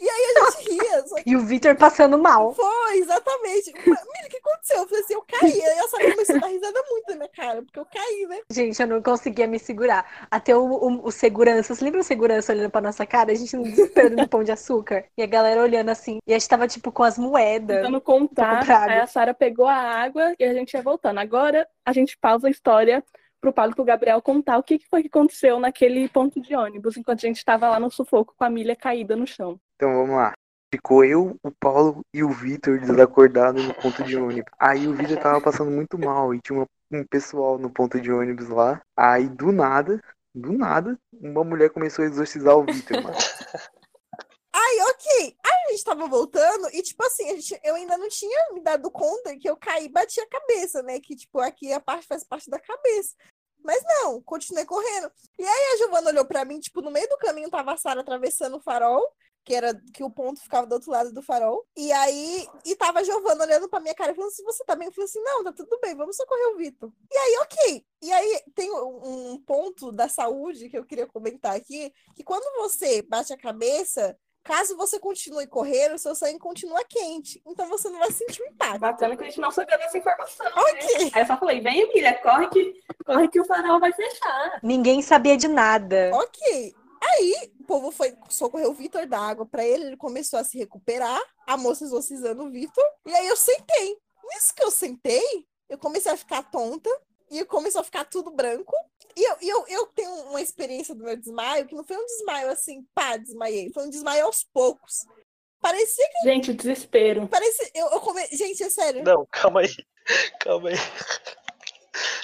S4: E aí a gente ria, só que
S1: E o Victor passando mal.
S4: foi, exatamente. Mas, Mira, o que aconteceu? Eu falei assim, eu caí. Aí a Sara começou a dar risada muito na minha cara, porque eu caí, né?
S1: Gente, eu não conseguia me segurar. Até o, o, o segurança, você lembra o segurança olhando pra nossa cara? A gente no desespero no pão de açúcar. E a galera olhando assim. E a gente tava, tipo, com as
S2: Então,
S1: moedas.
S5: Tentando contar.
S1: Comprado.
S5: Aí a Sara pegou a água e a gente ia voltando. Agora a gente pausa a história pro Paulo e pro Gabriel contar o que que foi que aconteceu naquele ponto de ônibus enquanto a gente estava lá no sufoco com a milha caída no chão.
S3: Então vamos lá. Ficou eu, o Paulo e o Vitor desacordados no ponto de ônibus. Aí o Vitor tava passando muito mal e tinha uma- um pessoal no ponto de ônibus lá. Aí do nada, do nada, uma mulher começou a exorcizar o Vitor, mano.
S4: Aí, ok. Aí a gente tava voltando e, tipo assim, a gente, eu ainda não tinha me dado conta que eu caí e bati a cabeça, né? Que, tipo, aqui a parte faz parte da cabeça. Mas não, continuei correndo. E aí a Giovana olhou pra mim, tipo, no meio do caminho tava a Sara atravessando o farol, que era que o ponto ficava do outro lado do farol. E aí, e tava a Giovana olhando pra minha cara, falando assim, você tá bem? Eu falei assim, não, tá tudo bem, vamos socorrer o Vitor. E aí, ok. E aí, tem um um ponto da saúde que eu queria comentar aqui, que quando você bate a cabeça, Caso você continue correndo, seu sangue continua quente. Então você não vai sentir o impacto.
S5: É Bacana que a gente não sabia dessa informação. né?
S4: Ok.
S5: Aí eu só falei, vem, Emília, corre que, corre que o farol vai fechar.
S1: Ninguém sabia de nada.
S4: Ok. Aí, o povo foi socorrer o Vitor da água pra ele, ele começou a se recuperar, a moça exorcizando o Vitor, e aí eu sentei. Nisso que eu sentei, eu comecei a ficar tonta, e começou a ficar tudo branco. E eu, e eu, eu tenho uma experiência do meu desmaio, que não foi um desmaio assim, pá, desmaiei. Foi um desmaio aos poucos. Parecia que.
S5: Gente, desespero.
S4: Parecia, eu, eu come... Gente, é sério.
S2: Não, calma aí. Calma aí.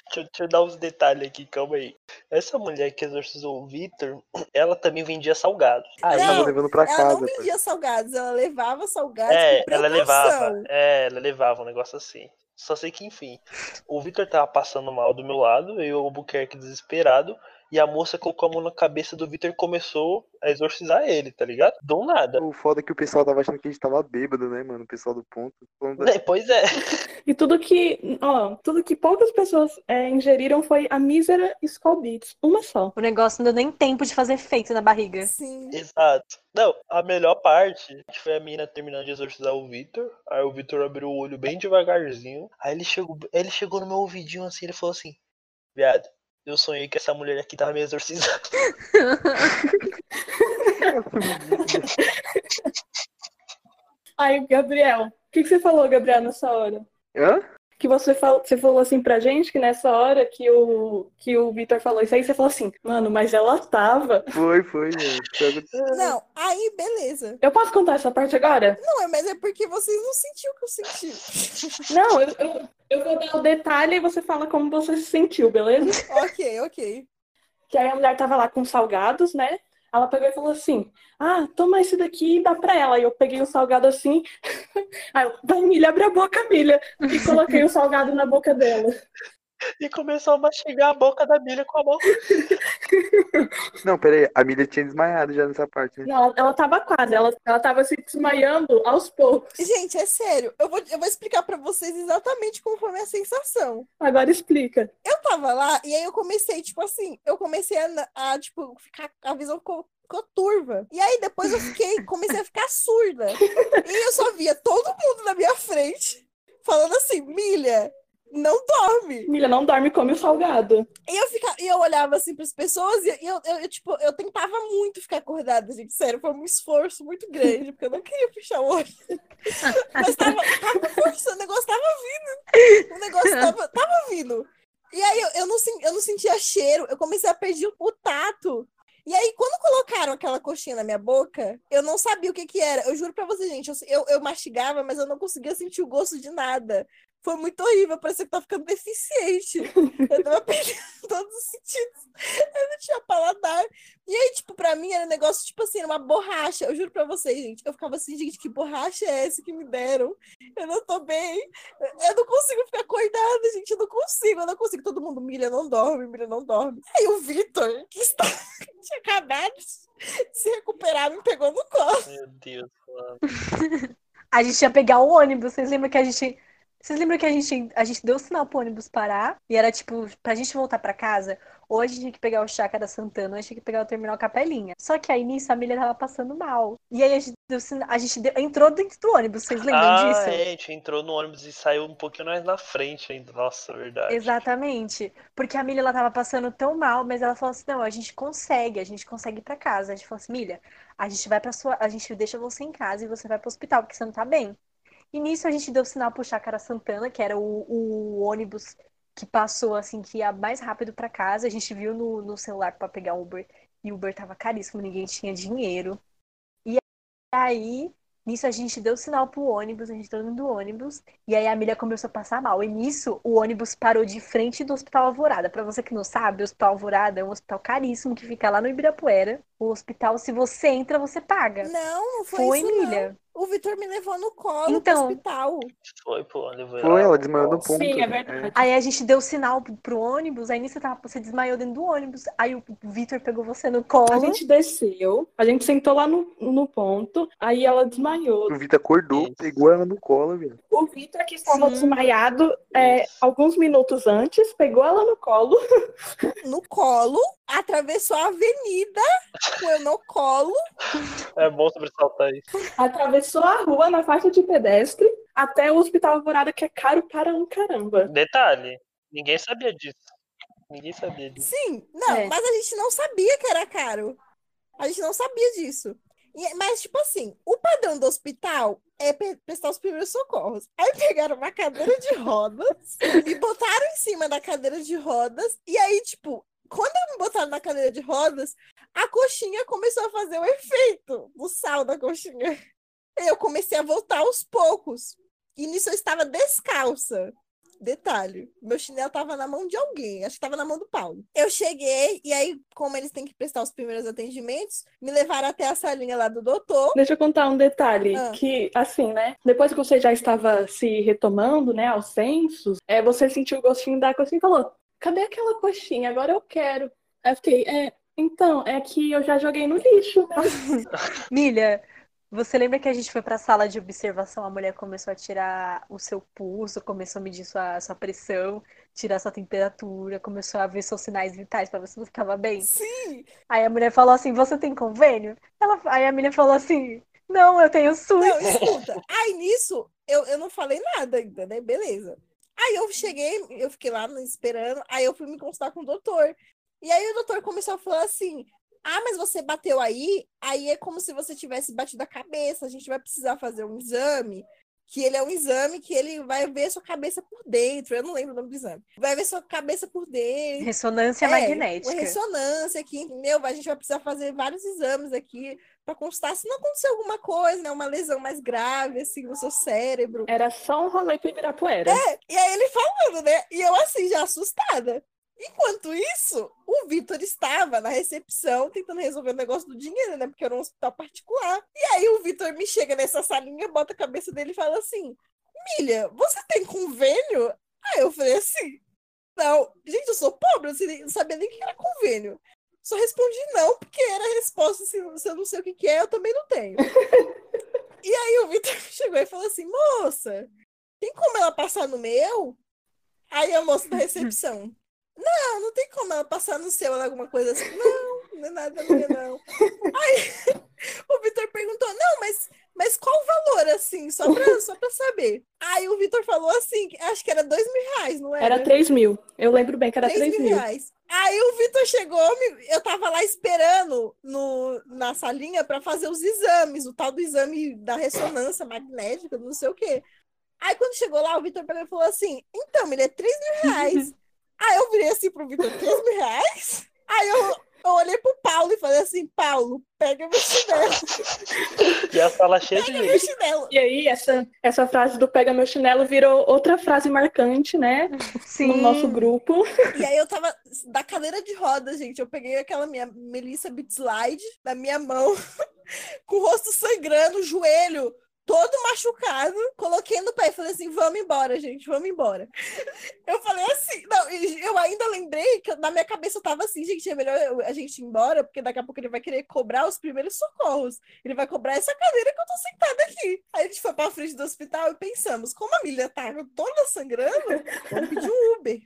S2: Deixa, eu- deixa eu dar uns detalhes aqui, calma aí. Essa mulher que exorcizou o Victor, ela também vendia salgados.
S3: Aí
S4: Não,
S3: tava levando pra
S4: Ela
S3: casa,
S4: não
S3: pai.
S4: vendia salgados, ela levava salgados
S2: É,
S4: com
S2: ela levava.
S4: precaução.
S2: É, ela levava um negócio assim. Só sei que, enfim, o Victor tava passando mal do meu lado, eu, o Buquerque desesperado, e a moça colocou a mão na cabeça do Victor e começou a exorcizar ele, tá ligado? Do nada.
S3: O foda é que o pessoal tava achando que a gente tava bêbado, né, mano? O pessoal do ponto. Então, tá- Falando
S2: Né, Pois é.
S5: E tudo que, ó, tudo que poucas pessoas é, ingeriram foi a mísera Skol Beats. Uma só.
S1: O negócio não deu nem tempo de fazer efeito na barriga.
S4: Sim.
S2: Exato. Não, a melhor parte foi a menina terminando de exorcizar o Vitor. Aí o Vitor abriu o olho bem devagarzinho. Aí ele chegou, ele chegou no meu ouvidinho assim, ele falou assim: Viado, eu sonhei que essa mulher aqui tava me exorcizando.
S5: Aí, Gabriel, o que, que você falou, Gabriel, nessa hora?
S3: Hã?
S5: Que você, fal... você falou assim pra gente que nessa hora que o, que o Vitor falou isso aí, você falou assim, mano, mas ela tava.
S3: Foi, foi, mano. Foi algo-
S4: Não, aí beleza.
S5: Eu posso contar essa parte agora?
S4: Não, é- mas é porque vocês não sentiram o que eu senti.
S5: Não, eu, eu, eu vou dar o detalhe e você fala como você se sentiu, beleza?
S4: ok, ok.
S5: Que aí a mulher tava lá com salgados, né? Ela pegou e falou assim: Ah, toma esse daqui e dá pra ela. E eu peguei o salgado assim. Aí eu, vai, Milha, abre a boca, Milha. E coloquei o salgado na boca dela.
S2: E começou a mastigar a boca da Milha com a mão.
S3: Não, pera aí. A Milha tinha desmaiado já nessa parte, né?
S5: Não, ela, ela tava quase, ela, ela tava se desmaiando aos poucos.
S4: Gente, é sério. Eu vou, eu vou explicar pra vocês exatamente como foi a minha sensação.
S5: Agora explica.
S4: Eu tava lá e aí eu comecei, tipo assim, eu comecei a, na- a, tipo, ficar. A visão ficou, ficou turva. E aí depois eu fiquei, comecei a ficar surda. E eu só via todo mundo na minha frente falando assim, Milha, não dorme.
S5: Milha não dorme, come o salgado.
S4: E eu, ficava, e eu olhava assim para as pessoas e eu, eu, eu, tipo, eu tentava muito ficar acordada, gente. Sério, foi um esforço muito grande, porque eu não queria fechar o olho. Mas tava, tava forçando, o negócio tava vindo. O negócio tava, tava vindo. E aí eu, eu, não, sen- eu não sentia cheiro, eu comecei a perder o, o tato. E aí, quando colocaram aquela coxinha na minha boca, eu não sabia o que que era. Eu juro pra vocês, gente, eu, eu, eu mastigava, mas eu não conseguia sentir o gosto de nada. Foi muito horrível, parecia que tava ficando deficiente. Eu tava perdendo todos os sentidos. Eu não tinha paladar. E aí, tipo, pra mim era um negócio, tipo assim, era uma borracha. Eu juro pra vocês, gente. Eu ficava assim, gente, que borracha é essa que me deram? Eu não tô bem. Eu não consigo ficar acordada, gente. Eu não consigo, eu não consigo. Todo mundo, Milha, não dorme, Milha, não dorme. Aí o Vitor, que está... tinha acabado de se recuperar, me pegou no colo.
S2: Meu Deus, mano.
S1: A gente ia pegar o ônibus. Vocês lembram que a gente. Vocês lembram que a gente, a gente deu o sinal pro ônibus parar? E era tipo, pra gente voltar pra casa, Hoje tinha que pegar o Chácara da Santana, hoje tinha que pegar o Terminal Capelinha. Só que aí nisso a Milha tava passando mal. E aí a gente, deu sina- a gente deu- entrou dentro do ônibus, vocês lembram
S2: ah,
S1: disso?
S2: é, a gente entrou no ônibus e saiu um pouquinho mais na frente ainda. Nossa, verdade.
S1: Exatamente. Porque a Milha ela tava passando tão mal, mas ela falou assim: "Não, a gente consegue, a gente consegue ir pra casa". A gente falou assim: "Milha, a gente vai para sua, a gente deixa você em casa e você vai pro hospital porque você não tá bem". E nisso a gente deu sinal pro Chácara Santana, que era o, o ônibus que passou assim que ia mais rápido pra casa. A gente viu no, no celular pra pegar Uber e Uber tava caríssimo, ninguém tinha dinheiro. E aí Nisso a gente deu sinal pro ônibus, a gente entrou dentro do ônibus, e aí a Amélia começou a passar mal. E nisso, o ônibus parou de frente do Hospital Alvorada. Pra você que não sabe, o Hospital Alvorada é um hospital caríssimo que fica lá no Ibirapuera. O hospital, se você entra, você paga.
S4: Não, não foi, isso, não.
S1: Emília.
S4: O Vitor me levou no colo
S1: Então.
S4: pro hospital.
S2: Foi, pô, levou
S3: Foi, ela desmaiou no
S2: Nossa.
S3: ponto. né?
S5: Sim, é verdade.
S1: Aí a gente deu sinal pro ônibus, aí nisso você, tava, você desmaiou dentro do ônibus. Aí o Vitor pegou você no
S5: A
S1: colo.
S5: gente desceu, a gente sentou lá no, no ponto, aí ela desmaiou.
S3: É, O Vitor acordou,
S2: Isso.
S3: pegou ela no colo, velho.
S5: O Vitor, que estava
S1: Sim.
S5: desmaiado é, alguns minutos antes, pegou ela no colo.
S4: No colo, atravessou a avenida com eu no colo.
S2: É bom sobressaltar isso.
S5: Atravessou a rua na faixa de pedestre até o Hospital Alvorada, que é caro para um caramba.
S2: Detalhe, ninguém sabia disso. Ninguém sabia disso.
S4: Sim, não,
S1: É.
S4: mas a gente não sabia que era caro. A gente não sabia disso. E- mas, tipo assim, o padrão do hospital é pe- prestar os primeiros socorros. Aí pegaram uma cadeira de rodas e botaram em cima da cadeira de rodas. E aí, tipo, quando me botaram na cadeira de rodas, a coxinha começou a fazer o efeito do sal da coxinha. Eu comecei a voltar aos poucos. E nisso eu estava descalça. Detalhe, meu chinelo tava na mão de alguém, acho que tava na mão do Paulo. Eu cheguei, e aí, como eles têm que prestar os primeiros atendimentos, me levaram até a salinha lá do doutor.
S5: Deixa eu contar um detalhe,
S4: Ah.
S5: que assim, né? Depois que você já estava se retomando, né, aos sensos, é, você sentiu o gostinho da coxinha e falou, cadê aquela coxinha? Agora eu quero. Aí eu fiquei, é, então, é que eu já joguei no lixo, né?
S1: Milha, você lembra que a gente foi pra sala de observação? A mulher começou a tirar o seu pulso, começou a medir sua, sua pressão, tirar sua temperatura, começou a ver seus sinais vitais pra ver se você tava bem.
S4: Sim!
S1: Aí a mulher falou assim: Você tem convênio? Ela... Aí a menina falou assim: Não, eu tenho SUS.
S4: Não, escuta. Aí nisso, eu, eu não falei nada ainda, né? Beleza. Aí eu cheguei, eu fiquei lá me esperando, aí eu fui me consultar com o doutor. E aí o doutor começou a falar assim: Ah, mas você bateu aí? Aí é como se você tivesse batido a cabeça, a gente vai precisar fazer um exame. Que ele é um exame que ele vai ver sua cabeça por dentro. Eu não lembro o nome do exame. Vai ver sua cabeça por dentro.
S5: É,
S1: Ressonância magnética.
S4: É, Uma ressonância aqui, entendeu? A gente vai precisar fazer vários exames aqui para constar se não aconteceu alguma coisa, né? Uma lesão mais grave, assim, no seu cérebro.
S5: Era só um rolê pro Ibirapuera.
S4: E aí ele falando, né? E eu, assim, já assustada. Enquanto isso, o Vitor estava na recepção tentando resolver o negócio do dinheiro, né? Porque era um hospital particular. E aí o Vitor me chega nessa salinha, bota a cabeça dele e fala assim: Milha, você tem convênio? Aí eu falei assim: Não, gente, eu sou pobre, eu sei- não sabia nem o que era convênio. Só respondi não, porque era a resposta: assim, se eu não sei o que que é, eu também não tenho. e aí o Vitor chegou e falou assim: Moça, tem como ela passar no meu? Aí a moça da recepção. Não, não tem como ela passar no seu, ela alguma coisa assim. Não, não é nada minha, não. Aí o Vitor perguntou, não, mas, mas qual o valor, assim, só pra, só pra saber. Aí o Vitor falou assim, que- acho que era dois mil reais, não
S5: Era 3 mil. Eu lembro bem que era 3 mil.
S4: reais. Aí o Vitor chegou, me- eu tava lá esperando no, na salinha para fazer os exames, o tal do exame da ressonância magnética, não sei o quê. Aí quando chegou lá, o Vitor pegou e falou assim: então, mulher, 3 mil reais. Aí eu virei assim pro Vitor: 3 mil reais? Aí eu, eu olhei pro Paulo e falei assim: Paulo, pega meu chinelo,
S2: E a sala cheia de
S4: pega meu
S2: gente.
S4: chinelo.
S5: E aí, essa, essa frase do pega meu chinelo virou outra frase marcante, né?
S1: Sim.
S5: No nosso grupo.
S4: E aí eu tava da cadeira de roda, gente. Eu peguei aquela minha Melissa Bitslide na minha mão, com o rosto sangrando, o joelho todo machucado. Coloquei no pé e falei assim: vamos embora, gente, vamos embora. Eu falei assim, não, e eu ainda lembrei que na minha cabeça eu tava assim, gente, é melhor eu- a gente ir embora, porque daqui a pouco ele vai querer cobrar os primeiros socorros. Ele vai cobrar essa cadeira que eu tô sentada aqui. Aí a gente foi pra frente do hospital e pensamos, como a Milha tá toda sangrando, vamos pedir um Uber.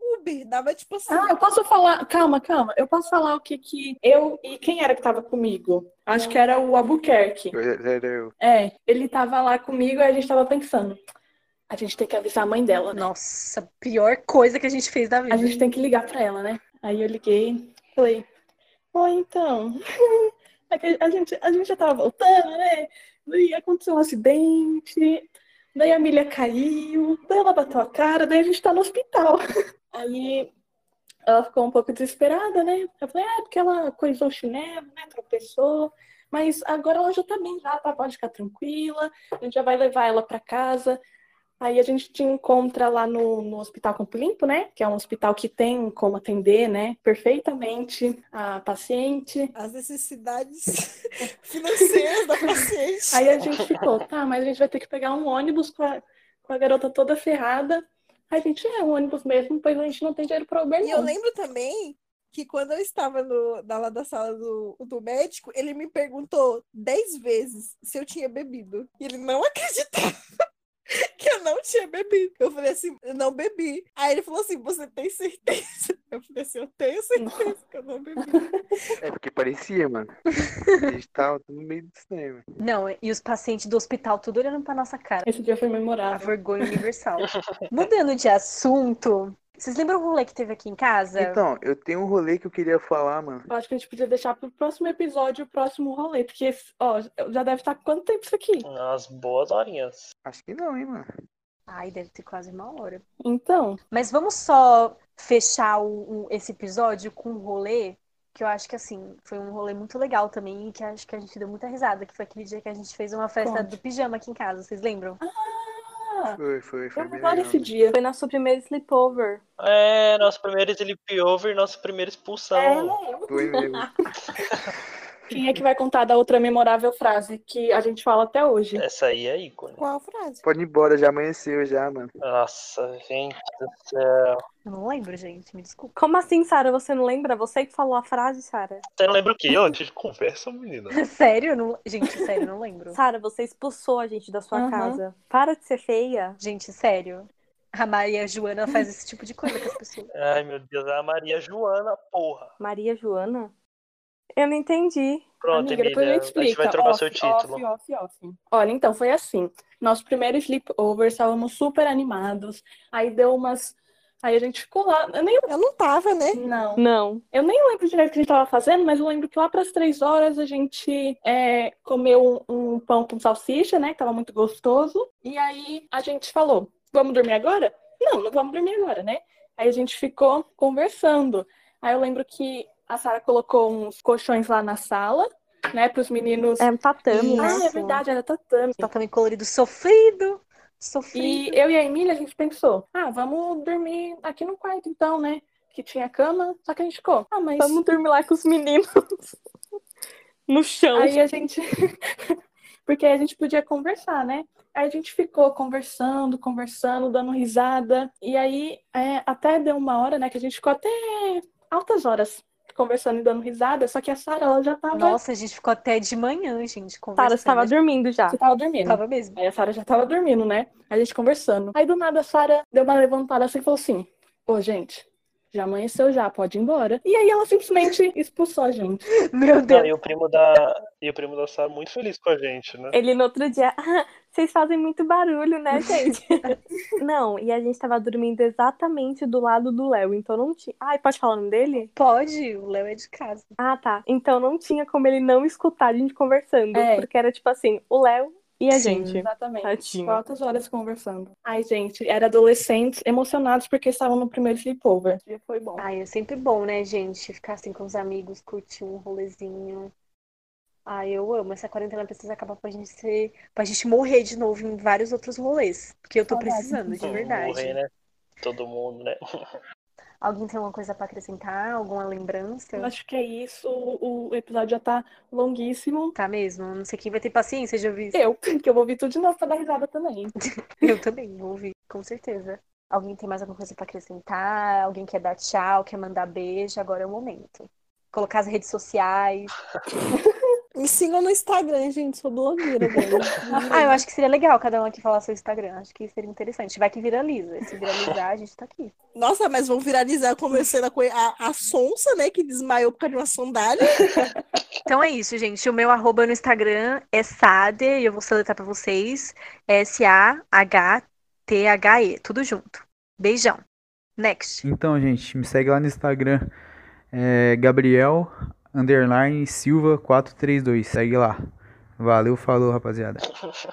S4: O Uber. Dava tipo assim.
S5: Ah, eu posso falar. Calma, calma. Eu posso falar o que que eu e quem era que tava comigo? Acho que era o Albuquerque.
S3: Era eu.
S5: É, ele tava lá comigo e a gente tava pensando. A gente tem que avisar a mãe dela, né?
S1: Nossa, pior coisa que a gente fez da vida.
S5: A gente tem que ligar pra ela, né? Aí eu liguei, falei, oi, então. É que A gente, a gente já tava voltando, né? E aconteceu um acidente, daí a milha caiu, daí ela bateu a cara, daí a gente tá no hospital. Aí ela ficou um pouco desesperada, né? Eu falei, ah, porque ela coisou o chinelo, né? Tropeçou. Mas agora ela já tá bem, já tá, pode ficar tranquila, a gente já vai levar ela pra casa. Aí a gente te encontra lá no, no Hospital Campo Limpo, né? Que é um hospital que tem como atender, né? Perfeitamente a paciente.
S4: As necessidades financeiras da paciente.
S5: Aí a gente ficou, tá, mas a gente vai ter que pegar um ônibus com a, com a garota toda ferrada. Aí A gente é um ônibus mesmo, pois a gente não tem dinheiro para Uber,
S4: E eu
S5: não.
S4: lembro também que quando eu estava no, na, lá da sala do, do médico, ele me perguntou dez vezes se eu tinha bebido. E ele não acreditava que eu não tinha bebido. Eu falei assim, eu não bebi. Aí ele falou assim, você tem certeza? Eu falei assim, eu tenho certeza que eu não bebi.
S3: É porque parecia, mano. A gente tava no meio do cinema.
S1: Não, e os pacientes do hospital tudo olhando pra nossa cara.
S5: Esse dia foi
S1: A
S5: memorável.
S1: Ah, vergonha universal. Mudando de assunto, vocês lembram o rolê que teve aqui em
S5: É.
S1: casa?
S3: Então, eu tenho um rolê que eu queria falar, mano.
S5: Eu acho que a gente podia deixar pro próximo episódio o próximo rolê, porque, esse- ó, já deve estar quanto tempo isso aqui?
S2: Umas boas horinhas.
S3: Acho que não, hein, mano.
S1: Ai, deve ter quase uma hora.
S5: Então,
S1: Mas vamos só fechar o- o- esse episódio com um rolê que eu acho que assim foi um rolê muito legal também e que acho que a gente deu muita risada, que foi aquele dia que a gente fez uma festa
S5: Conte.
S1: do pijama aqui em casa, vocês lembram?
S4: Ah,
S3: Foi, foi, foi.
S5: eu
S3: bem
S5: adoro
S3: legal,
S5: esse
S3: mano.
S5: dia.
S6: Foi nosso primeiro sleepover.
S2: É, nosso primeiro sleepover, nossa primeira
S5: É,
S2: expulsão.
S5: né?
S3: Foi mesmo.
S5: Quem é que vai contar da outra memorável frase que a gente fala até hoje?
S2: Essa aí é ícone.
S4: Qual a frase?
S3: Pode ir embora, já amanheceu já, mano.
S2: Nossa, gente do céu.
S1: Eu não lembro, gente, me desculpa.
S6: Como assim, Sara? Você não lembra? Você que falou a frase, Sara?
S2: Você não lembra o quê? Ó, a gente conversa, menina.
S1: Sério? Eu não- Gente, sério, eu não lembro.
S6: Sara, você expulsou a gente da sua
S5: Aham.
S6: casa. Para de ser feia.
S1: Gente, sério. A Maria Joana faz esse tipo de coisa com as pessoas.
S2: Ai, meu Deus, a Maria Joana, porra.
S6: Maria Joana? Eu não entendi.
S2: Pronto,
S5: Amiga, depois
S2: Emília,
S5: a
S2: a
S5: gente
S2: gente vai
S5: explica.
S2: trocar
S5: Off,
S2: seu título.
S5: Off, off, off. Olha, então foi assim. Nosso primeiro sleepover, estávamos super animados. Aí deu umas. Aí a gente ficou lá. Eu nem.
S4: Eu não tava, né?
S5: Não.
S6: Não.
S5: Eu nem lembro direito o que a gente estava fazendo, mas eu lembro que lá para as três horas a gente é, comeu um, um pão com salsicha, né? Que estava muito gostoso. E aí a gente falou: vamos dormir agora? Não, não vamos dormir agora, né? Aí a gente ficou conversando. Aí eu lembro que a Sara colocou uns colchões lá na sala, né? Para os meninos.
S6: É um tatame,
S1: Isso.
S6: né?
S5: Ah, é verdade, era tatame.
S1: Tá também colorido, sofrido. Sofrido.
S5: E eu e a Emília, a gente pensou, ah, vamos dormir aqui no quarto então, né? Que tinha cama, só que a gente ficou, ah, mas
S6: Vamos dormir lá com os meninos. No chão.
S1: Então,
S5: aí a gente... Porque aí a gente podia conversar, né? Aí a gente ficou conversando, conversando, dando risada. E aí, é, até deu uma hora, né? Que a gente ficou até altas horas conversando e dando risada. Só que a Sara, ela já tava...
S1: Nossa, a gente ficou até de manhã, gente,
S6: Sara,
S1: conversando.
S6: você
S5: é-
S6: tava dormindo já.
S5: Você tava dormindo.
S1: Tava mesmo.
S5: Aí a Sara já tava dormindo, né? A gente conversando. Aí do nada a Sara deu uma levantada assim e falou assim: Ô, gente, já amanheceu já, pode ir embora. E aí ela simplesmente expulsou a gente.
S1: Meu
S2: Não,
S1: Deus.
S2: e o primo da. E o primo da Sara muito feliz com a gente, né?
S6: Ele no outro dia, "Ah, vocês fazem muito barulho, né, gente? não, e a gente tava dormindo exatamente do lado do Léo, então não tinha. Ai, pode falar o nome dele?
S1: Pode, o Léo é de casa.
S6: Ah, tá. Então não tinha como ele não escutar a gente conversando,
S5: É.
S6: porque era tipo assim, o Léo e a
S1: Sim.
S6: gente.
S5: Exatamente.
S6: Tadinho.
S5: Quantas horas conversando? Ai, gente, era adolescentes emocionados porque estavam no primeiro sleepover. Ah, Esse dia foi bom.
S1: Ai, é sempre bom, né, gente? Ficar assim com os amigos, curtir um rolezinho. Ai, eu amo. Essa quarentena precisa acabar pra gente ser. pra gente morrer de novo em vários outros rolês. Porque eu tô
S5: Saudades.
S1: precisando, de
S2: Hum,
S1: É verdade.
S2: Morrer, né? Todo mundo, né?
S1: Alguém tem alguma coisa pra acrescentar? Alguma lembrança?
S5: Eu acho que é isso. O o episódio já tá longuíssimo.
S1: Tá mesmo? Não sei quem vai ter paciência de ouvir isso.
S5: Eu, que eu vou ouvir tudo de novo pra dar risada também.
S1: Eu também vou ouvir, com certeza. Alguém tem mais alguma coisa pra acrescentar? Alguém quer dar tchau, quer mandar beijo? Agora é o momento. Colocar as redes sociais.
S4: Me sigam no Instagram, gente. Sou blogueira agora.
S1: Ah, eu acho que seria legal cada um aqui falar seu Instagram. Acho que seria interessante. Vai que viraliza. Se viralizar, a gente tá aqui.
S4: Nossa, mas vão viralizar conversando a, co- a, a sonsa, né? Que desmaiou por causa de uma sandália.
S1: Então é isso, gente. O meu arroba no Instagram é Sade, e eu vou seletar pra vocês. É S-A-H-T-H-E. Tudo junto. Beijão. Next.
S7: Então, gente, me segue lá no Instagram. É Gabriel underline Silva 432. Segue lá. Valeu, falou, rapaziada.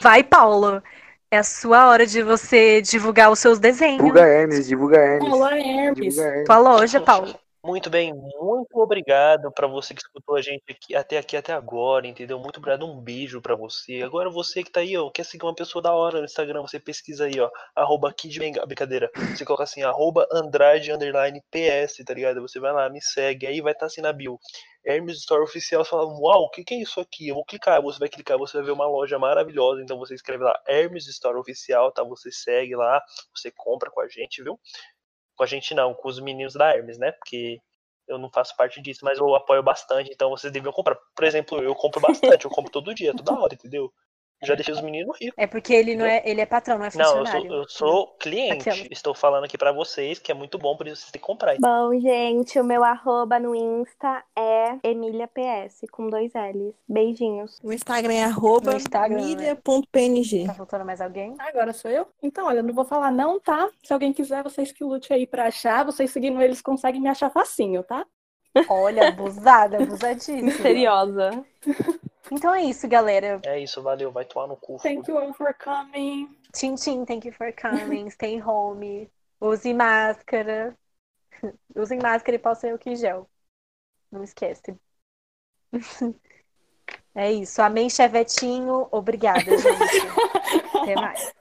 S1: Vai, Paulo. É a sua hora de você divulgar os seus desenhos.
S3: Divulga Hermes, divulga Hermes.
S5: Olá, Hermes.
S3: Divulga Hermes.
S1: Tua loja, é Paulo.
S2: Muito bem, muito obrigado pra você que escutou a gente aqui, até aqui, até agora, entendeu? Muito obrigado, um beijo pra você. Agora você que tá aí, ó, quer seguir uma pessoa da hora no Instagram, você pesquisa aí, ó, arroba kidbenga, brincadeira, você coloca assim, arroba andrade, underline, ps, tá ligado? Você vai lá, me segue, aí vai estar assim na bio. Hermes Store Oficial, você fala, uau, o que, que é isso aqui? Eu vou clicar, você vai clicar, você vai ver uma loja maravilhosa, então você escreve lá, Hermes Store Oficial, tá? Você segue lá, você compra com a gente, viu? com a gente não, com os meninos da Hermes, né? Porque eu não faço parte disso, mas eu apoio bastante, então vocês deviam comprar. Por exemplo, eu compro bastante, eu compro todo dia, toda hora, entendeu? Já deixei os meninos ricos.
S1: É porque ele não é, ele é patrão, não é
S2: Não, eu sou,
S1: funcionário.
S2: eu sou cliente.
S1: Aquela.
S2: Estou falando aqui pra vocês que é muito bom, por isso vocês têm que comprar.
S6: Bom, gente, o meu arroba no Insta é emiliaps, com dois L's. Beijinhos.
S4: O Instagram é arroba
S1: No Instagram, né?
S4: milha.png.
S1: Tá faltando mais alguém?
S5: Agora sou eu? Então, olha, eu não vou falar não, tá? Se alguém quiser, vocês que lute aí pra achar, vocês seguindo eles conseguem me achar facinho, tá?
S1: Olha, abusada, abusadíssima.
S6: Misteriosa.
S1: Então é isso, galera.
S2: É isso, valeu, vai tomar no cu.
S5: Thank you all for coming.
S1: Tchim, tchim, thank you for coming. Stay home. Use máscara. Usem máscara e passem o que gel. Não esquece. É isso. Amém, Chevetinho. Obrigada, gente. Até mais.